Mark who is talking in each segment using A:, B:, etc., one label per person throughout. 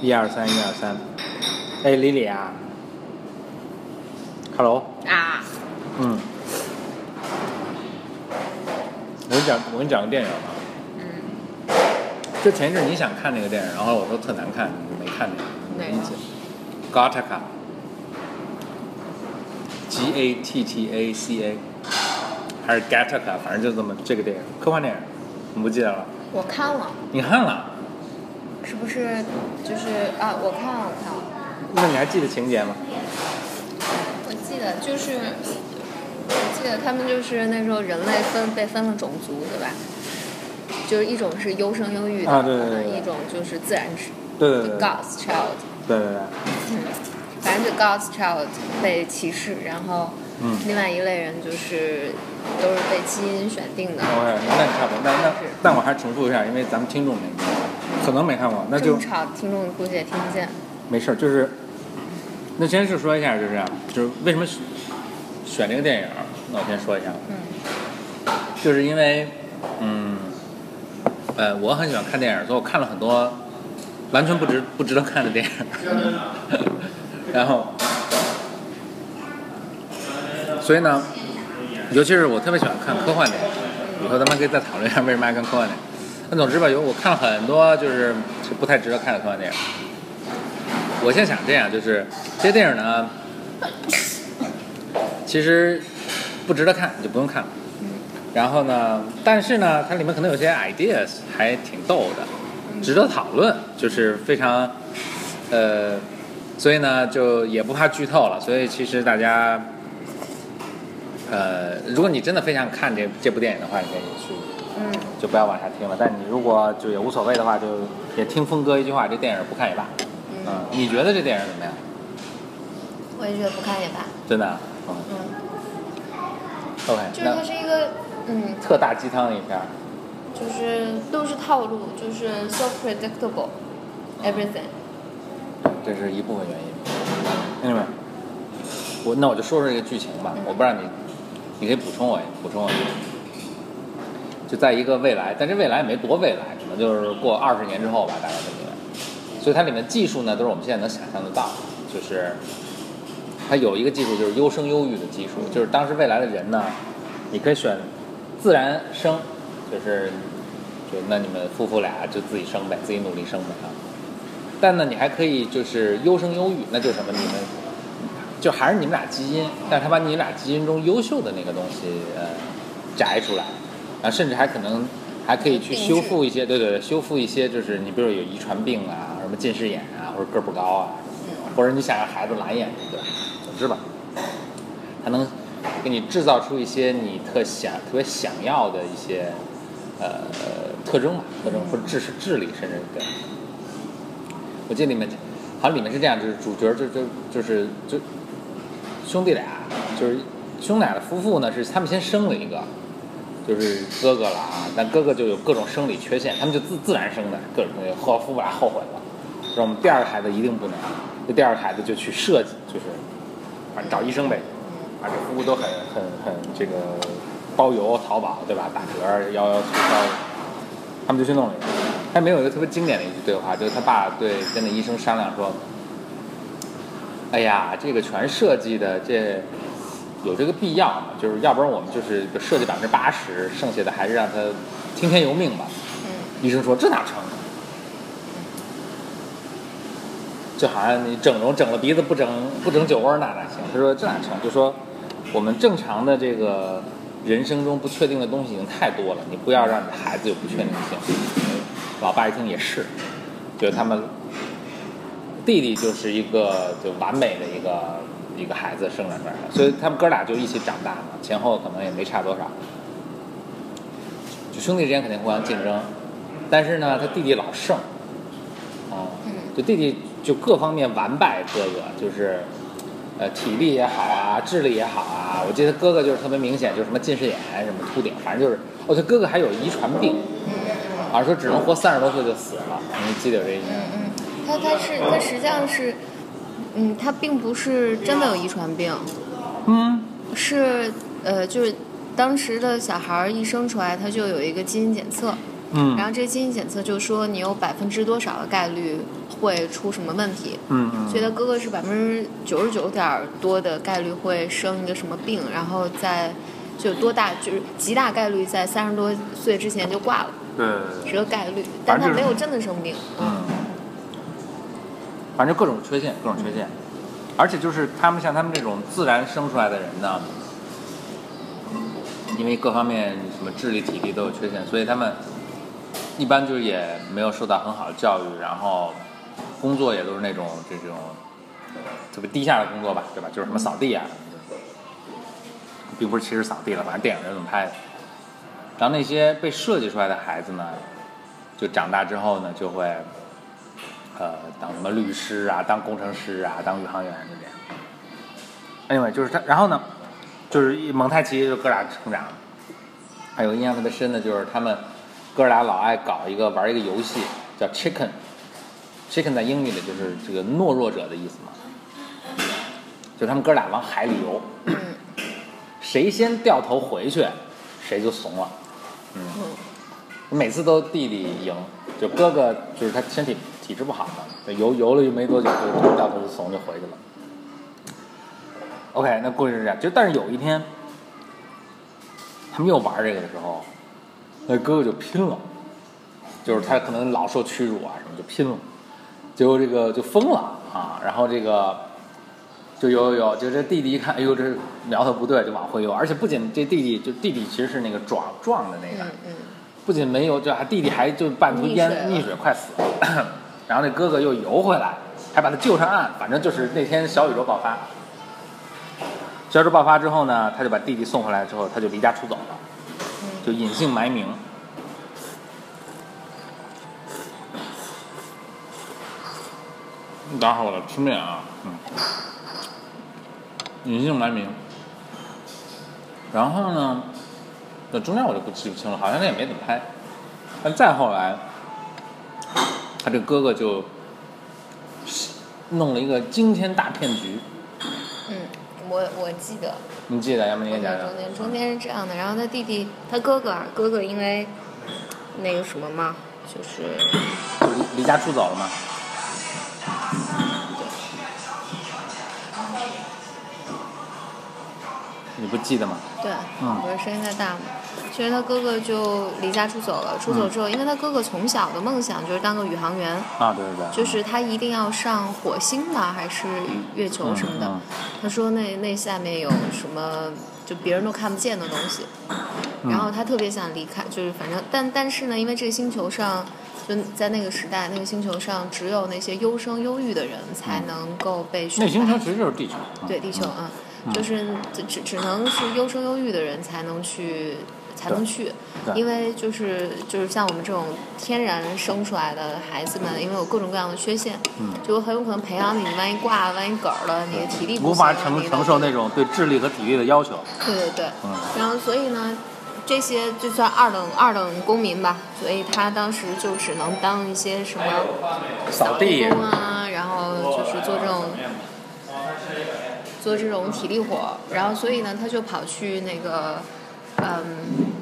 A: 一二三，一二三。哎，李李啊，Hello，
B: 啊，
A: 嗯，我跟你讲，我跟你讲个电影啊，
B: 嗯，
A: 就前一阵你想看那个电影，然后我说特难看，你没看那个，
B: 哪
A: 没
B: 个
A: 意见。Gattaca，G A T T A C A，还是 Gattaca，反正就这么这个电影，科幻电影，你不记得了？
B: 我看了，
A: 你看了？
B: 是不是就是啊？我看了，我看了，
A: 那你还记得情节吗？
B: 我记得就是，我记得他们就是那时候人类分被分了种族，对吧？就是一种是优生优育的，
A: 啊对对对
B: 嗯
A: 对
B: 一种就是自然之
A: 对对
B: 就
A: 对对
B: God's child，
A: 对对对，
B: 嗯，反正就 God's child 被歧视，然后
A: 嗯
B: 另外一类人就是都是被基因选定的，
A: OK，那你差不多，那那
B: 是
A: 但我还是重复一下，因为咱们听众没看过，可能没看过，那
B: 这
A: 就
B: 么吵，听众估计也听不见。
A: 没事儿，就是，那先是说一下，就是啊就是为什么选选这个电影儿，那我先说一下，
B: 嗯
A: 就是因为，嗯，呃，我很喜欢看电影儿，所以我看了很多完全不值不值得看的电影儿，然后，所以呢，尤其是我特别喜欢看科幻电影，以后咱们可以再讨论一下为什么爱看科幻电影。那总之吧，有我看了很多就是不太值得看的科幻电影。我现在想这样，就是这些电影呢，其实不值得看，你就不用看。然后呢，但是呢，它里面可能有些 ideas 还挺逗的，值得讨论，就是非常，呃，所以呢，就也不怕剧透了。所以其实大家，呃，如果你真的非常看这这部电影的话，你可以去
B: 嗯，
A: 就不要往下听了。但你如果就也无所谓的话，就也听峰哥一句话，这电影不看也罢。
B: 嗯
A: 嗯，你觉得这电影怎么样？
B: 我也觉得不看也罢。
A: 真的啊？嗯
B: 嗯，
A: ，OK，
B: 就是
A: 那
B: 它是一个，嗯，
A: 特大鸡汤一片儿。
B: 就是都是套路，就是 so predictable，everything。
A: 这是一部分原因。兄弟们，我那我就说说这个剧情吧，我不知道你，你可以补充我一补充我一下。就在一个未来，但这未来也没多未来，可能就是过二十年之后吧，大概这么一个。所以它里面技术呢，都是我们现在能想象得到的，就是它有一个技术就是优生优育的技术，就是当时未来的人呢，你可以选自然生，就是就那你们夫妇俩就自己生呗，自己努力生呗啊。但呢，你还可以就是优生优育，那就是什么？你们就还是你们俩基因，但是他把你们俩基因中优秀的那个东西呃摘出来，然后甚至还可能还可以去
B: 定制
A: 修复一些，对对对，修复一些就是你比如有遗传病啊，什么近视眼啊，或者个儿不高啊，或者你想让孩子蓝眼睛，对吧？总之吧，它能给你制造出一些你特想特别想要的一些呃特征吧，特征或者智是智力，甚至对。我记得里面好像里面是这样，就是主角就就就是就兄弟俩，就是兄俩的夫妇呢是他们先生了一个。就是哥哥了啊，但哥哥就有各种生理缺陷，他们就自自然生的各种东西，后夫俩后悔了，说我们第二个孩子一定不能，这第二个孩子就去设计，就是反正找医生呗，啊，这夫妇都很很很这个包邮、淘宝对吧？打折、幺幺促销，他们就去弄了一个。还没有一个特别经典的一句对话，就是他爸对跟那医生商量说：“哎呀，这个全设计的这。”有这个必要吗？就是要不然我们就是设计百分之八十，剩下的还是让他听天由命吧。
B: 嗯
A: 医生说这哪成啊？就好像你整容整了鼻子不整不整酒窝儿那哪行？他说这哪成？就说我们正常的这个人生中不确定的东西已经太多了，你不要让你的孩子有不确定性。老爸一听也是，就是他们弟弟就是一个就完美的一个一个孩子生长出来的，所以他们哥俩就一起长大嘛，前后可能也没差多少。就兄弟之间肯定互相竞争，但是呢，他弟弟老胜，啊、
B: 嗯
A: 就弟弟就各方面完败哥哥，就是呃体力也好啊，智力也好啊。我记得哥哥就是特别明显，就是什么近视眼、什么秃顶，反正就是哦，他哥哥还有遗传病，好像说只能活三十多岁就死了。你记得有这一年？
B: 嗯，它它是它实际上是，嗯，它并不是真的有遗传病，
A: 嗯，
B: 是呃就是当时的小孩儿一生出来他就有一个基因检测，然后
A: 嗯
B: 这基因检测就说你有百分之多少的概率会出什么问题，
A: 嗯嗯，
B: 所以他哥哥是百分之九十九点多的概率会生一个什么病，然后在就多大就是极大概率在三十多岁之前就挂了，
A: 对对对，
B: 是个概率，但他
A: 反正就是
B: 没有真的生病。
A: 嗯，反正各种缺陷，各种缺陷，而且就是他们像他们这种自然生出来的人呢，因为各方面什么智力、体力都有缺陷，所以他们一般就是也没有受到很好的教育，然后工作也都是那种这种呃特别低下的工作吧，对吧？就是什么扫地啊，并不是歧视扫地了，反正电影是这么拍的。然后那些被设计出来的孩子呢，就长大之后呢，就会呃当什么律师啊，当工程师啊，当宇航员就这样。anyway，就是他，然后呢，就是一蒙太奇就哥俩成长。还有印象特别深的就是他们哥俩老爱搞一个玩一个游戏叫 Chicken。Chicken 在英语里就是这个懦弱者的意思嘛，就他们哥俩往海里游， 谁先掉头回去，谁就怂了。
B: 嗯，
A: 每次都弟弟赢，就哥哥就是他身体体质不好嘛，游游了就没多久就掉头就怂就回去了。OK，那故事是这样，就但是有一天，他们又玩这个的时候，那哥哥就拼了，就是他可能老受屈辱啊什么就拼了，结果这个就疯了啊，然后这个就游游游，就这弟弟一看，哎呦这苗头不对，就往回游，而且不仅这弟弟就弟弟其实是那个撞撞的那个。
B: 嗯嗯
A: 不仅没游，就还弟弟还就半途淹
B: 溺水了
A: 溺水快死了， 然后那哥哥又游回来，还把他救上岸。反正就是那天小宇宙爆发，小宇宙爆发之后呢，他就把弟弟送回来之后，他就离家出走了，
B: 嗯
A: 就隐姓埋名。等会儿我来吃面啊，嗯，隐姓埋名。然后呢，那中间我就不记不清了，好像那也没怎么拍。但再后来，他这哥哥就弄了一个惊天大骗局，
B: 嗯，我我记得，
A: 你记得杨梅
B: 我
A: 姐讲
B: 在
A: 讲
B: 中？间中间是这样的，然后他弟弟他哥哥啊，哥哥因为那个什么嘛，就是
A: 就离离家出走了嘛。你不记得吗？
B: 对，
A: 嗯
B: 我的声音太大嘛。其实他哥哥就离家出走了，出
A: 嗯
B: 走之后，因为他哥哥从小的梦想就是当个宇航员，
A: 啊，对对对，
B: 就是他一定要上火星吧，还是月球什么的。
A: 嗯
B: 他说那那下面有什么就别人都看不见的东西，
A: 嗯
B: 然后他特别想离开，就是反正但但是呢，因为这个星球上就在那个时代，那个星球上只有那些优生优育的人才能够被
A: 嗯
B: 选
A: 那
B: 拔。
A: 星球其实就是地球。嗯
B: 对地球，啊，就是只只只能是优生优育的人才能去，才能去，
A: 对
B: 因为就是就是像我们这种天然生出来的孩子们，因为有各种各样的缺陷，
A: 嗯
B: 就很有可能培养你，万一挂了，万一梗儿了，你的体力不
A: 无法
B: 行啊
A: 承
B: 你的
A: 承受那种对智力和体力的要求。
B: 对对对，
A: 嗯
B: 然后所以呢，这些就算二等二等公民吧，所以他当时就只能当一些什么
A: 扫地
B: 工啊，然后就是做这种做这种体力活，然后所以呢，他就跑去那个，嗯，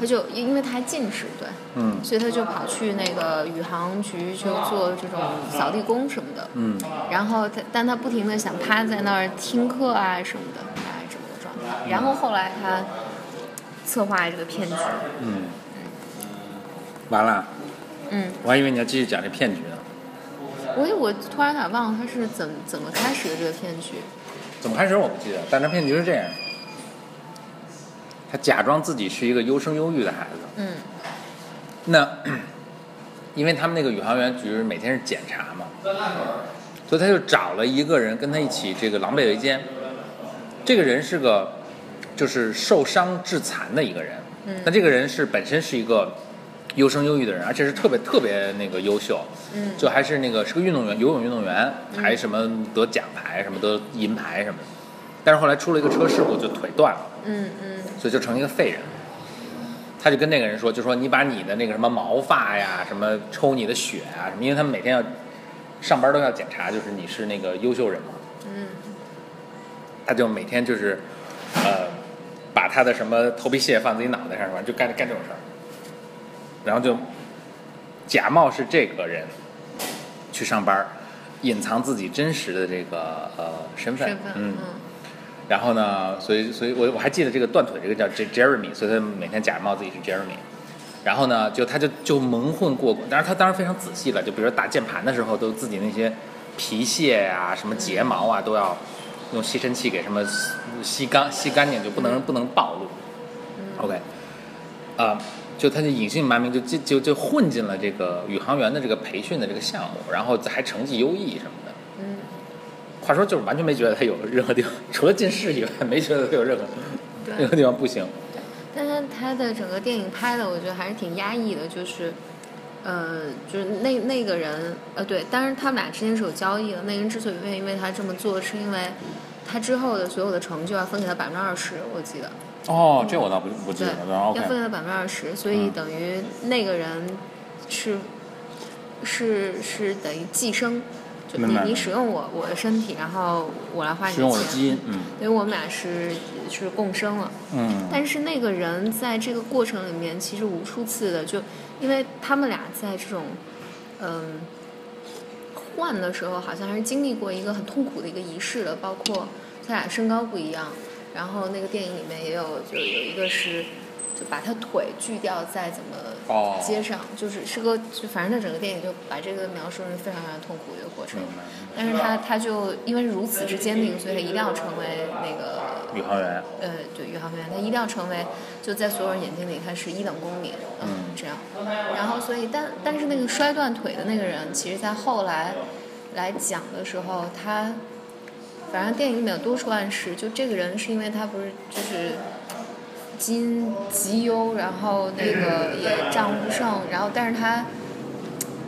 B: 他就因为他还近视，对，
A: 嗯
B: 所以他就跑去那个宇航局就做这种扫地工什么的，
A: 嗯，
B: 然后他，但他不停的想趴在那儿听课啊什么的，大概这么个状态。然后后来他策划这个骗局，
A: 嗯，完了，
B: 嗯，
A: 我还以为你要继续讲这骗局呢。
B: 我也我突然有点忘了他是怎么怎么开始的这个骗局。
A: 怎么开始我不记得，但这骗局是这样：他假装自己是一个优生优育的孩子。
B: 嗯
A: 那 因为他们那个宇航员局每天是检查嘛，所以他就找了一个人跟他一起这个狼狈为奸。这个人是个就是受伤致残的一个人。
B: 嗯
A: 那这个人是本身是一个优生优育的人，而且是特别特别那个优秀。
B: 嗯
A: 就还是那个是个运动员，游泳运动员，还什么得奖牌，什么得银牌什么的。但是后来出了一个车事故，就腿断了，
B: 嗯嗯
A: 所以就成了一个废人。他就跟那个人说，就说你把你的那个什么毛发呀，什么抽你的血啊，什么，因为他们每天要上班都要检查，就是你是那个优秀人嘛。
B: 嗯
A: 他就每天就是，呃，把他的什么头皮屑放自己脑袋上，反正就干干这种事儿。然后就假冒是这个人去上班儿，隐藏自己真实的这个呃身份，
B: 身份，
A: 嗯，然后呢，所以所以我我还记得这个断腿这个叫 J Jeremy，所以他每天假冒自己是 Jeremy。然后呢，就他就就蒙混过关，但是他当时非常仔细了，就比如说打键盘的时候，都自己那些皮屑啊、什么睫毛啊，都要用吸尘器给什么吸吸干吸干净，就不能不能暴露。OK，啊、就他就隐姓埋名就进就就混进了这个宇航员的这个培训的这个项目，然后还成绩优异什么的。
B: 嗯，
A: 话说就是完全没觉得他有任何地方，除了近视以外，没觉得他有任何任
B: 对。
A: 何地方不行。
B: 但是他的整个电影拍的，我觉得还是挺压抑的，就是，呃，就是那那个人，呃，对，当然他们俩之间是有交易的。那个人之所以愿意为他这么做，是因为他之后的所有的成就要分给他百分之二十，我记得，
A: 哦，这我倒不不记
B: 对
A: 得了。，
B: 要
A: OK，嗯
B: 分给他百分之二十，所以等于那个人是、是是等于寄生，就
A: 明
B: 你
A: 白
B: 你使用我我的身体，然后我来花你
A: 使用我的
B: 钱
A: 基因，嗯
B: 所以我们俩是是共生了。
A: 嗯
B: 但是那个人在这个过程里面，其实无数次的就，因为他们俩在这种，嗯，换的时候，好像还是经历过一个很痛苦的一个仪式的，包括他俩身高不一样，然后那个电影里面也有，就有一个是，就把他腿锯掉再怎么
A: 哦，
B: 接上，就是是个，就反正他整个电影就把这个描述是非常非常痛苦的一个过程
A: 明。白
B: 但是他他就因为如此之坚定，所以他一定要成为那个
A: 宇航员，
B: 呃，对，宇航员，他一定要成为就在所有人眼睛里他是一等公民，
A: 嗯
B: 这样。然后，所以但但是那个摔断腿的那个人，其实在后来来讲的时候，他反正电影里面有多处暗示，就这个人是因为他不是就是基因极优，然后那个也战无不胜，然后但是他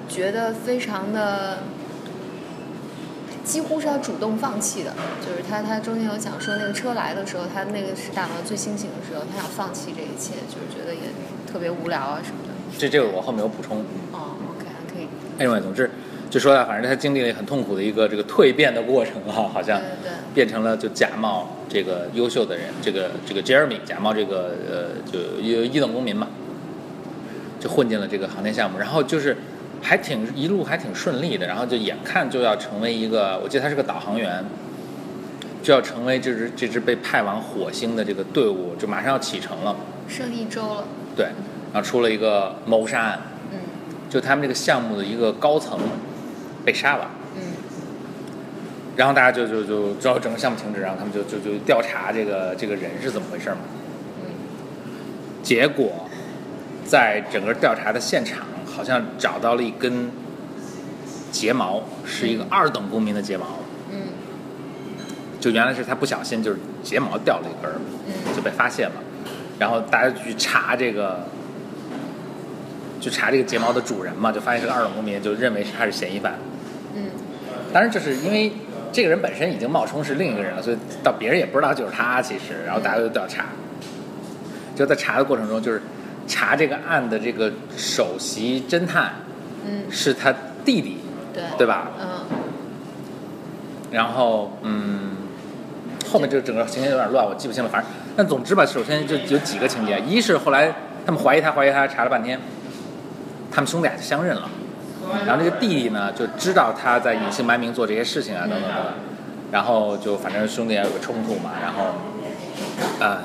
B: 觉得非常的。几乎是要主动放弃的，就是他他中间有讲说那个车来的时候，他那个是大脑最清醒的时候，他想放弃这一切，就是觉得也特别无聊啊什么的。
A: 这这个我后面有补充。
B: 哦，OK，可以，
A: anyway，总之就说啊到，反正他经历了很痛苦的一个这个蜕变的过程啊，好
B: 对
A: 像
B: 对对，
A: 变成了就假冒这个优秀的人，这个这个 Jeremy 假冒这个呃就一一等公民嘛，就混进了这个航天项目，然后就是还挺一路还挺顺利的，然后就眼看就要成为一个，我记得他是个导航员，就要成为这支这支被派往火星的这个队伍，就马上要启程了，
B: 剩一周了，
A: 对，然后出了一个谋杀案，
B: 嗯
A: 就他们这个项目的一个高层被杀了。
B: 嗯
A: 然后大家就就就知道整个项目停止，然后他们就就就调查这个这个人是怎么回事嘛。
B: 嗯，
A: 结果在整个调查的现场，好像找到了一根睫毛，是一个二等公民的睫毛，
B: 嗯
A: 就原来是他不小心就是睫毛掉了一根儿，
B: 嗯
A: 就被发现了。然后大家就去查这个，就查这个睫毛的主人嘛，就发现是个二等公民，就认为是他是嫌疑犯。
B: 嗯，
A: 当然，就是因为这个人本身已经冒充是另一个人了，所以到别人也不知道就是他。其实，然后大家就调查，就在查的过程中，就是查这个案的这个首席侦探
B: 嗯，
A: 是他弟弟，
B: 对，
A: 对吧？
B: 嗯
A: 然后，嗯，后面这整个情节有点乱，我记不清了。反正，但总之吧，首先就有几个情节，一是后来他们怀疑他，怀疑他，查了半天，他们兄弟俩就相认了。然后这个弟弟呢，就知道他在隐姓埋名做这些事情啊，等等等等。然后就反正兄弟俩有个冲突嘛，然后，呃，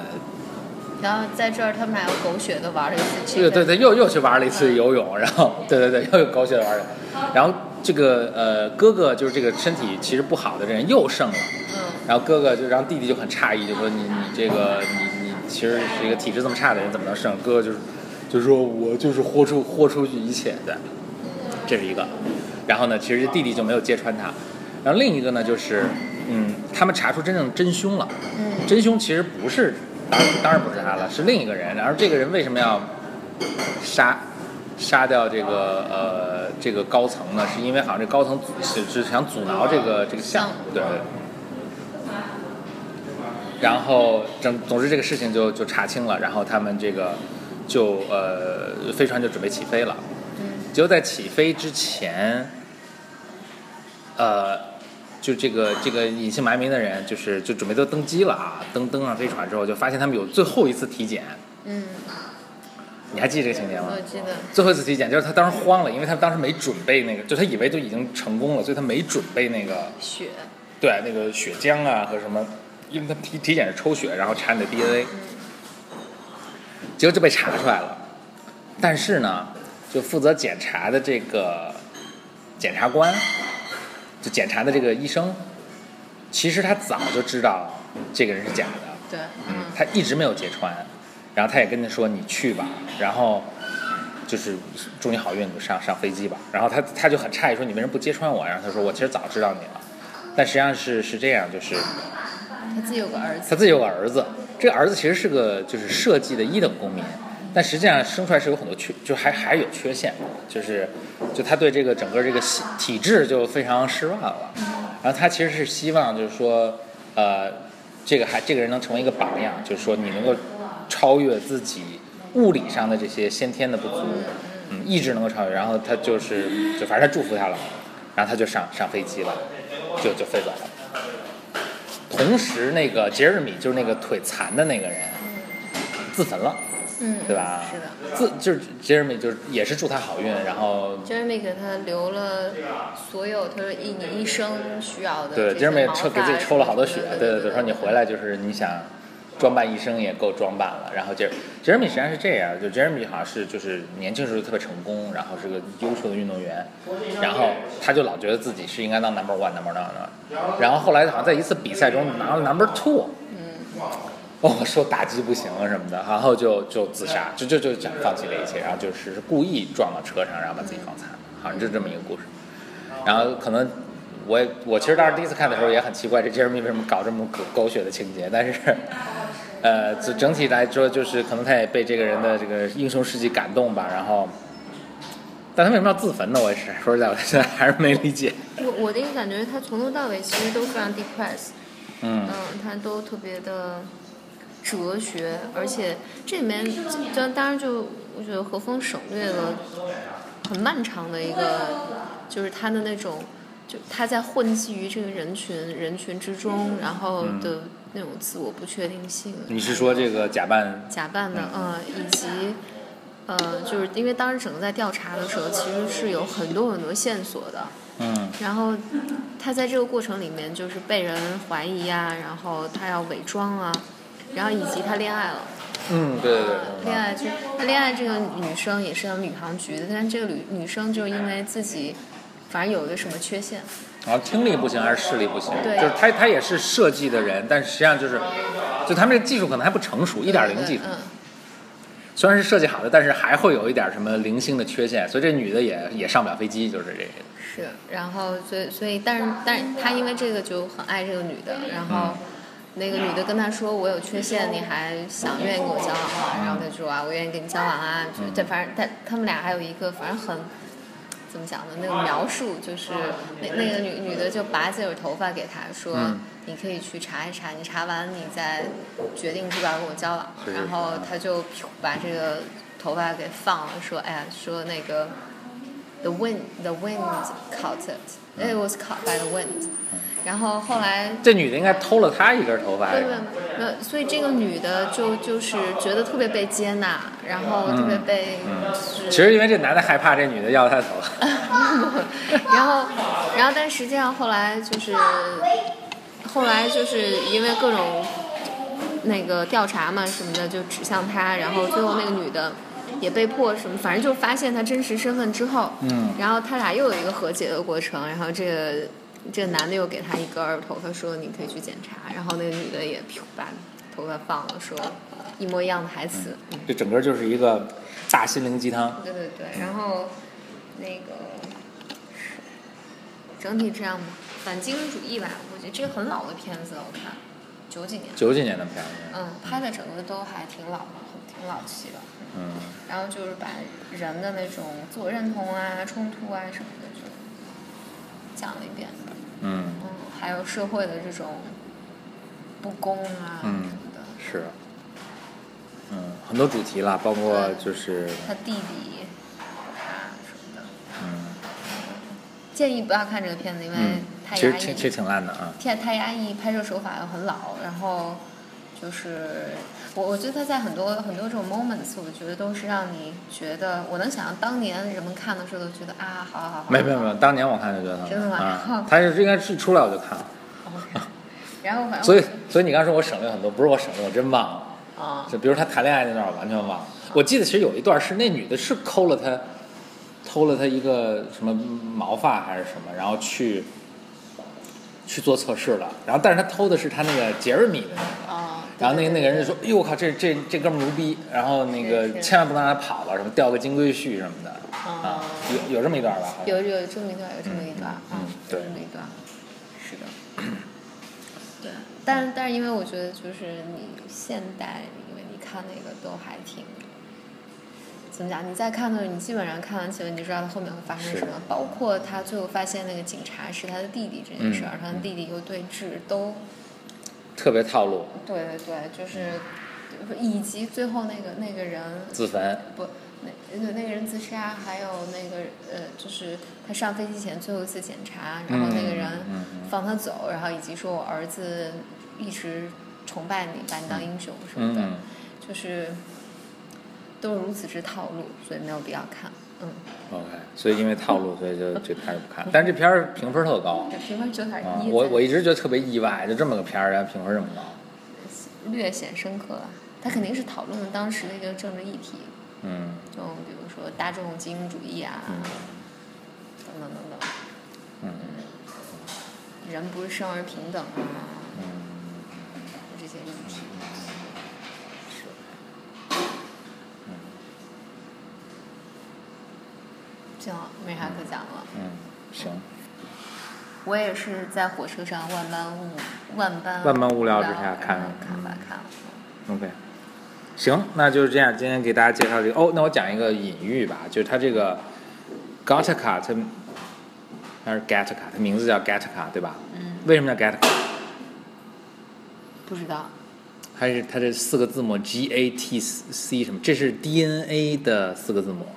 B: 然后在这儿他们俩又狗血的玩了一次气
A: 对
B: 氛，
A: 对对，又又去玩了一次游泳，然后 对对对，又有狗血的玩了。然后这个呃哥哥就是这个身体其实不好的人又胜了。
B: 嗯
A: 然后哥哥就让弟弟就很诧异，就说你你这个你你其实是一个体质这么差的人，怎么能胜？哥哥就是就说我就是豁出豁出去一切的，这是一个。然后呢，其实弟弟就没有揭穿他。然后另一个呢，就是嗯，他们查出真正真凶了，
B: 嗯
A: 真凶其实不是，当然当然不是他了，是另一个人。然后这个人为什么要杀杀掉这个呃这个高层呢？是因为好像这高层阻是是想阻挠这个这个项目，对对。然后整总之这个事情就就查清了，然后他们这个就呃飞船就准备起飞了。
B: 嗯
A: 结果在起飞之前，呃，就这个这个隐姓埋名的人，就是就准备都啊登机了啊，登登上飞船之后，就发现他们有最后一次体检，
B: 嗯
A: 你还记得这个情节吗
B: 我？记得，
A: 最后一次体检就是他当时慌了，因为他当时没准备那个，就他以为就已经成功了，所以他没准备那个
B: 血，
A: 对那个血浆啊和什么，因为他体体检是抽血，然后查你的 DNA，结果就被查出来了。但是呢，就负责检查的这个检察官，就检查的这个医生，其实他早就知道这个人是假的，
B: 对，
A: 嗯
B: 嗯，
A: 他一直没有揭穿，然后他也跟他说你去吧，然后就是祝你好运，你就上上飞机吧。然后他他就很诧异说你为什么不揭穿我？然后他说我其实早知道你了，但实际上是是这样，就是
B: 他自己有个儿子，
A: 他自己有个儿子，这个儿子其实是个就是设计的一等公民，但实际上生出来是有很多缺，就还还有缺陷，就是就他对这个整个这个系体制就非常失望了。然后他其实是希望就是说，呃，这个还这个人能成为一个榜样，就是说你能够超越自己物理上的这些先天的不足，嗯，意志能够超越。然后他就是就反正他祝福他了，然后他就上上飞机了，就就飞走了。同时，那个杰瑞米就是那个腿残的那个人，自焚了，
B: 嗯，
A: 对吧？
B: 是的。
A: 自就是杰瑞米就是也是祝他好运，然后
B: Jeremy 给他留了所有他说一你一生需要的
A: 对
B: 这
A: 杰
B: 些
A: 瑞
B: 毛
A: 米
B: 发
A: 抽给自己抽了好多血
B: 什么，的
A: 对
B: 对
A: 对，说你回来就是你想装扮一生也够装扮了。然后杰杰瑞米实际上是这样，就杰瑞米好像是就是年轻时候特别成功，然后是个优秀的运动员，然后他就老觉得自己是应该当 number one number one，然后后来好像在一次比赛中拿了 number two。哦，
B: 嗯
A: 受打击不行了啊什么的，然后就就自杀，就就就想放弃这一切，然后就是故意撞到车上，然后把自己撞残，好像就这么一个故事。然后可能我也我其实当时第一次看的时候也很奇怪，这 Jeremy 为什么搞这么狗狗血的情节？但是， 呃，整整体来说就是可能他也被这个人的这个英雄事迹感动吧。然后，但他为什么要自焚呢？我也是说实在，我现在还是没理解。
B: 我我的一个感觉是他从头到尾其实都非常 depressed，
A: 嗯
B: 嗯，他都特别的哲学，而且这里面就当然就我觉得何峰省略了很漫长的一个，就是他的那种，就他在混迹于这个人群人群之中，然后的那种自我不确定性，
A: 嗯你是说这个假扮？
B: 假扮的，嗯，以及，呃，就是因为当时整个在调查的时候，其实是有很多很多线索的。
A: 嗯
B: 然后他在这个过程里面就是被人怀疑啊，然后他要伪装啊，然后以及他恋爱了，
A: 嗯，对对对，
B: 恋爱就他恋爱这个女生也是他们宇航局的，但是这个女女生就因为自己反正有一个什么缺陷，
A: 然后哦听力不行还是视力不行，
B: 对
A: 就是他他也是设计的人，但是实际上就是，就他们这个技术可能还不成熟，一
B: 一
A: 点零技术。
B: 嗯，
A: 虽然是设计好的，但是还会有一点什么零星的缺陷，所以这女的也也上不了飞机，就是这个。
B: 是，然后所以所以，但是但是他因为这个就很爱这个女的，然
A: 嗯
B: 后那个女的跟他说我有缺陷，你还想愿意跟我交往吗？然后他说啊，我愿意跟你交往啊，就
A: 嗯
B: 这反正他他们俩还有一个反正很。怎么讲呢？那个描述就是那那个女女的就拔自己的头发给他说，
A: 嗯
B: 你可以去查一查，你查完你再决定是不是要跟我交往。
A: 是是是
B: 然后他就把这个头发给放了，说哎呀，说那个 the wind the wind caught it it was caught by the wind，、然后后来
A: 这女的应该偷了他一根头发还
B: 对
A: 是
B: 对
A: 什么，
B: 呃，所以这个女的就就是觉得特别被接纳，然后特别被、是
A: 其实因为这男的害怕这女的要他的头发。
B: 然后，然后，但实际上后来就是，后来就是因为各种那个调查嘛什么的，就指向他，然后最后那个女的也被迫什么，反正就发现他真实身份之后，
A: 嗯，
B: 然后他俩又有一个和解的过程，然后这个这个男的又给他一根儿头发，说你可以去检查，然后那个女的也噗把头发放了，说一模一样的台词，嗯，
A: 这整个就是一个大心灵鸡汤。
B: 对对对，然后那个整体这样吧，反精英主义吧，我觉得这个很老的片子，我看九几年，
A: 九几年的片子，
B: 嗯，拍的整个都还挺老的，挺老气的。
A: 嗯，
B: 然后就是把人的那种自我认同啊、冲突啊什么的就讲了一遍，
A: 嗯
B: 嗯，还有社会的这种不公啊什
A: 嗯
B: 么的，
A: 是，嗯，很多主题啦，包括就是
B: 他弟弟他什么的。
A: 嗯，
B: 建议不要看这个片子，因为
A: 嗯，
B: 太
A: 其实
B: 压
A: 挺
B: 抑。
A: 其实挺烂的啊。
B: 太太压抑，拍摄手法又很老，然后就是我我觉得他在很多很多种 moments，我觉得都是让你觉得，我能想象当年人们看的时候都觉得啊，好好好，
A: 没没有没有，当年我看就觉得
B: 真的吗
A: 啊，他是应该是出来我就看了，
B: 有。然后反正
A: 所以
B: 我
A: 所以你刚说我省略很多，不是我省略，我真忘了。
B: 啊，
A: 就比如他谈恋爱那段，我完全忘了。我记得其实有一段是那女的是抠了他，偷了他一个什么毛发还是什么，然后去去做测试了。然后但是他偷的是他那个杰瑞米的那个。
B: 啊，对
A: 然后那个
B: 对
A: 那
B: 对
A: 个人就说：“哎呦我靠，这这这哥们儿牛逼！”然后那
B: 是
A: 个
B: 是
A: 千万不能让他跑了，什么掉个金龟婿什么的啊
B: 哦，
A: 有有这么一段吧？好像
B: 有有这么一段，有这么一段啊，
A: 嗯嗯对
B: 有这么一段，是 的，对，但但是因为我觉得就是你现代，因为你看那个都还挺。怎么讲？你在看的时候，你基本上看完前文，你知道它后面会发生
A: 是
B: 什么，包括他最后发现那个警察是他的弟弟这件事儿，
A: 嗯
B: 他的弟弟又对峙，都
A: 特别套路，
B: 对对对，就是
A: 嗯
B: 以及最后那个那个人
A: 自焚。
B: 不，那那那个人自杀，还有那个呃，就是他上飞机前最后一次检查，然后那个人
A: 嗯嗯嗯
B: 放他走，然后以及说我儿子一直崇拜你，把你当英雄什么的，
A: 嗯，
B: 就是都是如此之套路，所以没有必要看。嗯，
A: OK，所以因为套路，所以就就开始不看。但是这片儿评分特高
B: 这评分九点
A: 啊，
B: 一，
A: 我我一直觉得特别意外，就这么个片儿，然后评分这么高。
B: 略显深刻吧。他肯定是讨论了当时的一个政治议题，
A: 嗯，
B: 就比如说大众精英主义啊，等等等等。
A: 嗯。
B: 人不是生而平等
A: 嗯
B: 啊，这些议题。嗯行了，没啥可讲了。
A: 嗯，行，
B: 我也是在火车上万般无万般
A: 万般无聊之
B: 无
A: 下看的嗯
B: 然后看吧看了。
A: OK，行，那就是这样。今天给大家介绍这个哦，那我讲一个隐喻吧，就是它这个 Gattaca，它它是 Gattaca，它名字叫 Gattaca，对吧？
B: 嗯。
A: 为什么叫 Gattaca？
B: 不知道，
A: 它是它这四个字母 G A T C 什么？这是 DNA 的四个字母，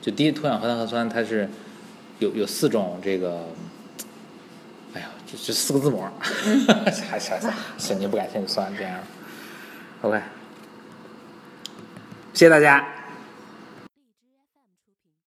A: 就第一脱氧核糖核酸，它是有有四种这个。哎呀，这这四个字母儿， 还还还，行，你不感兴趣算了，这样，OK，谢谢大家。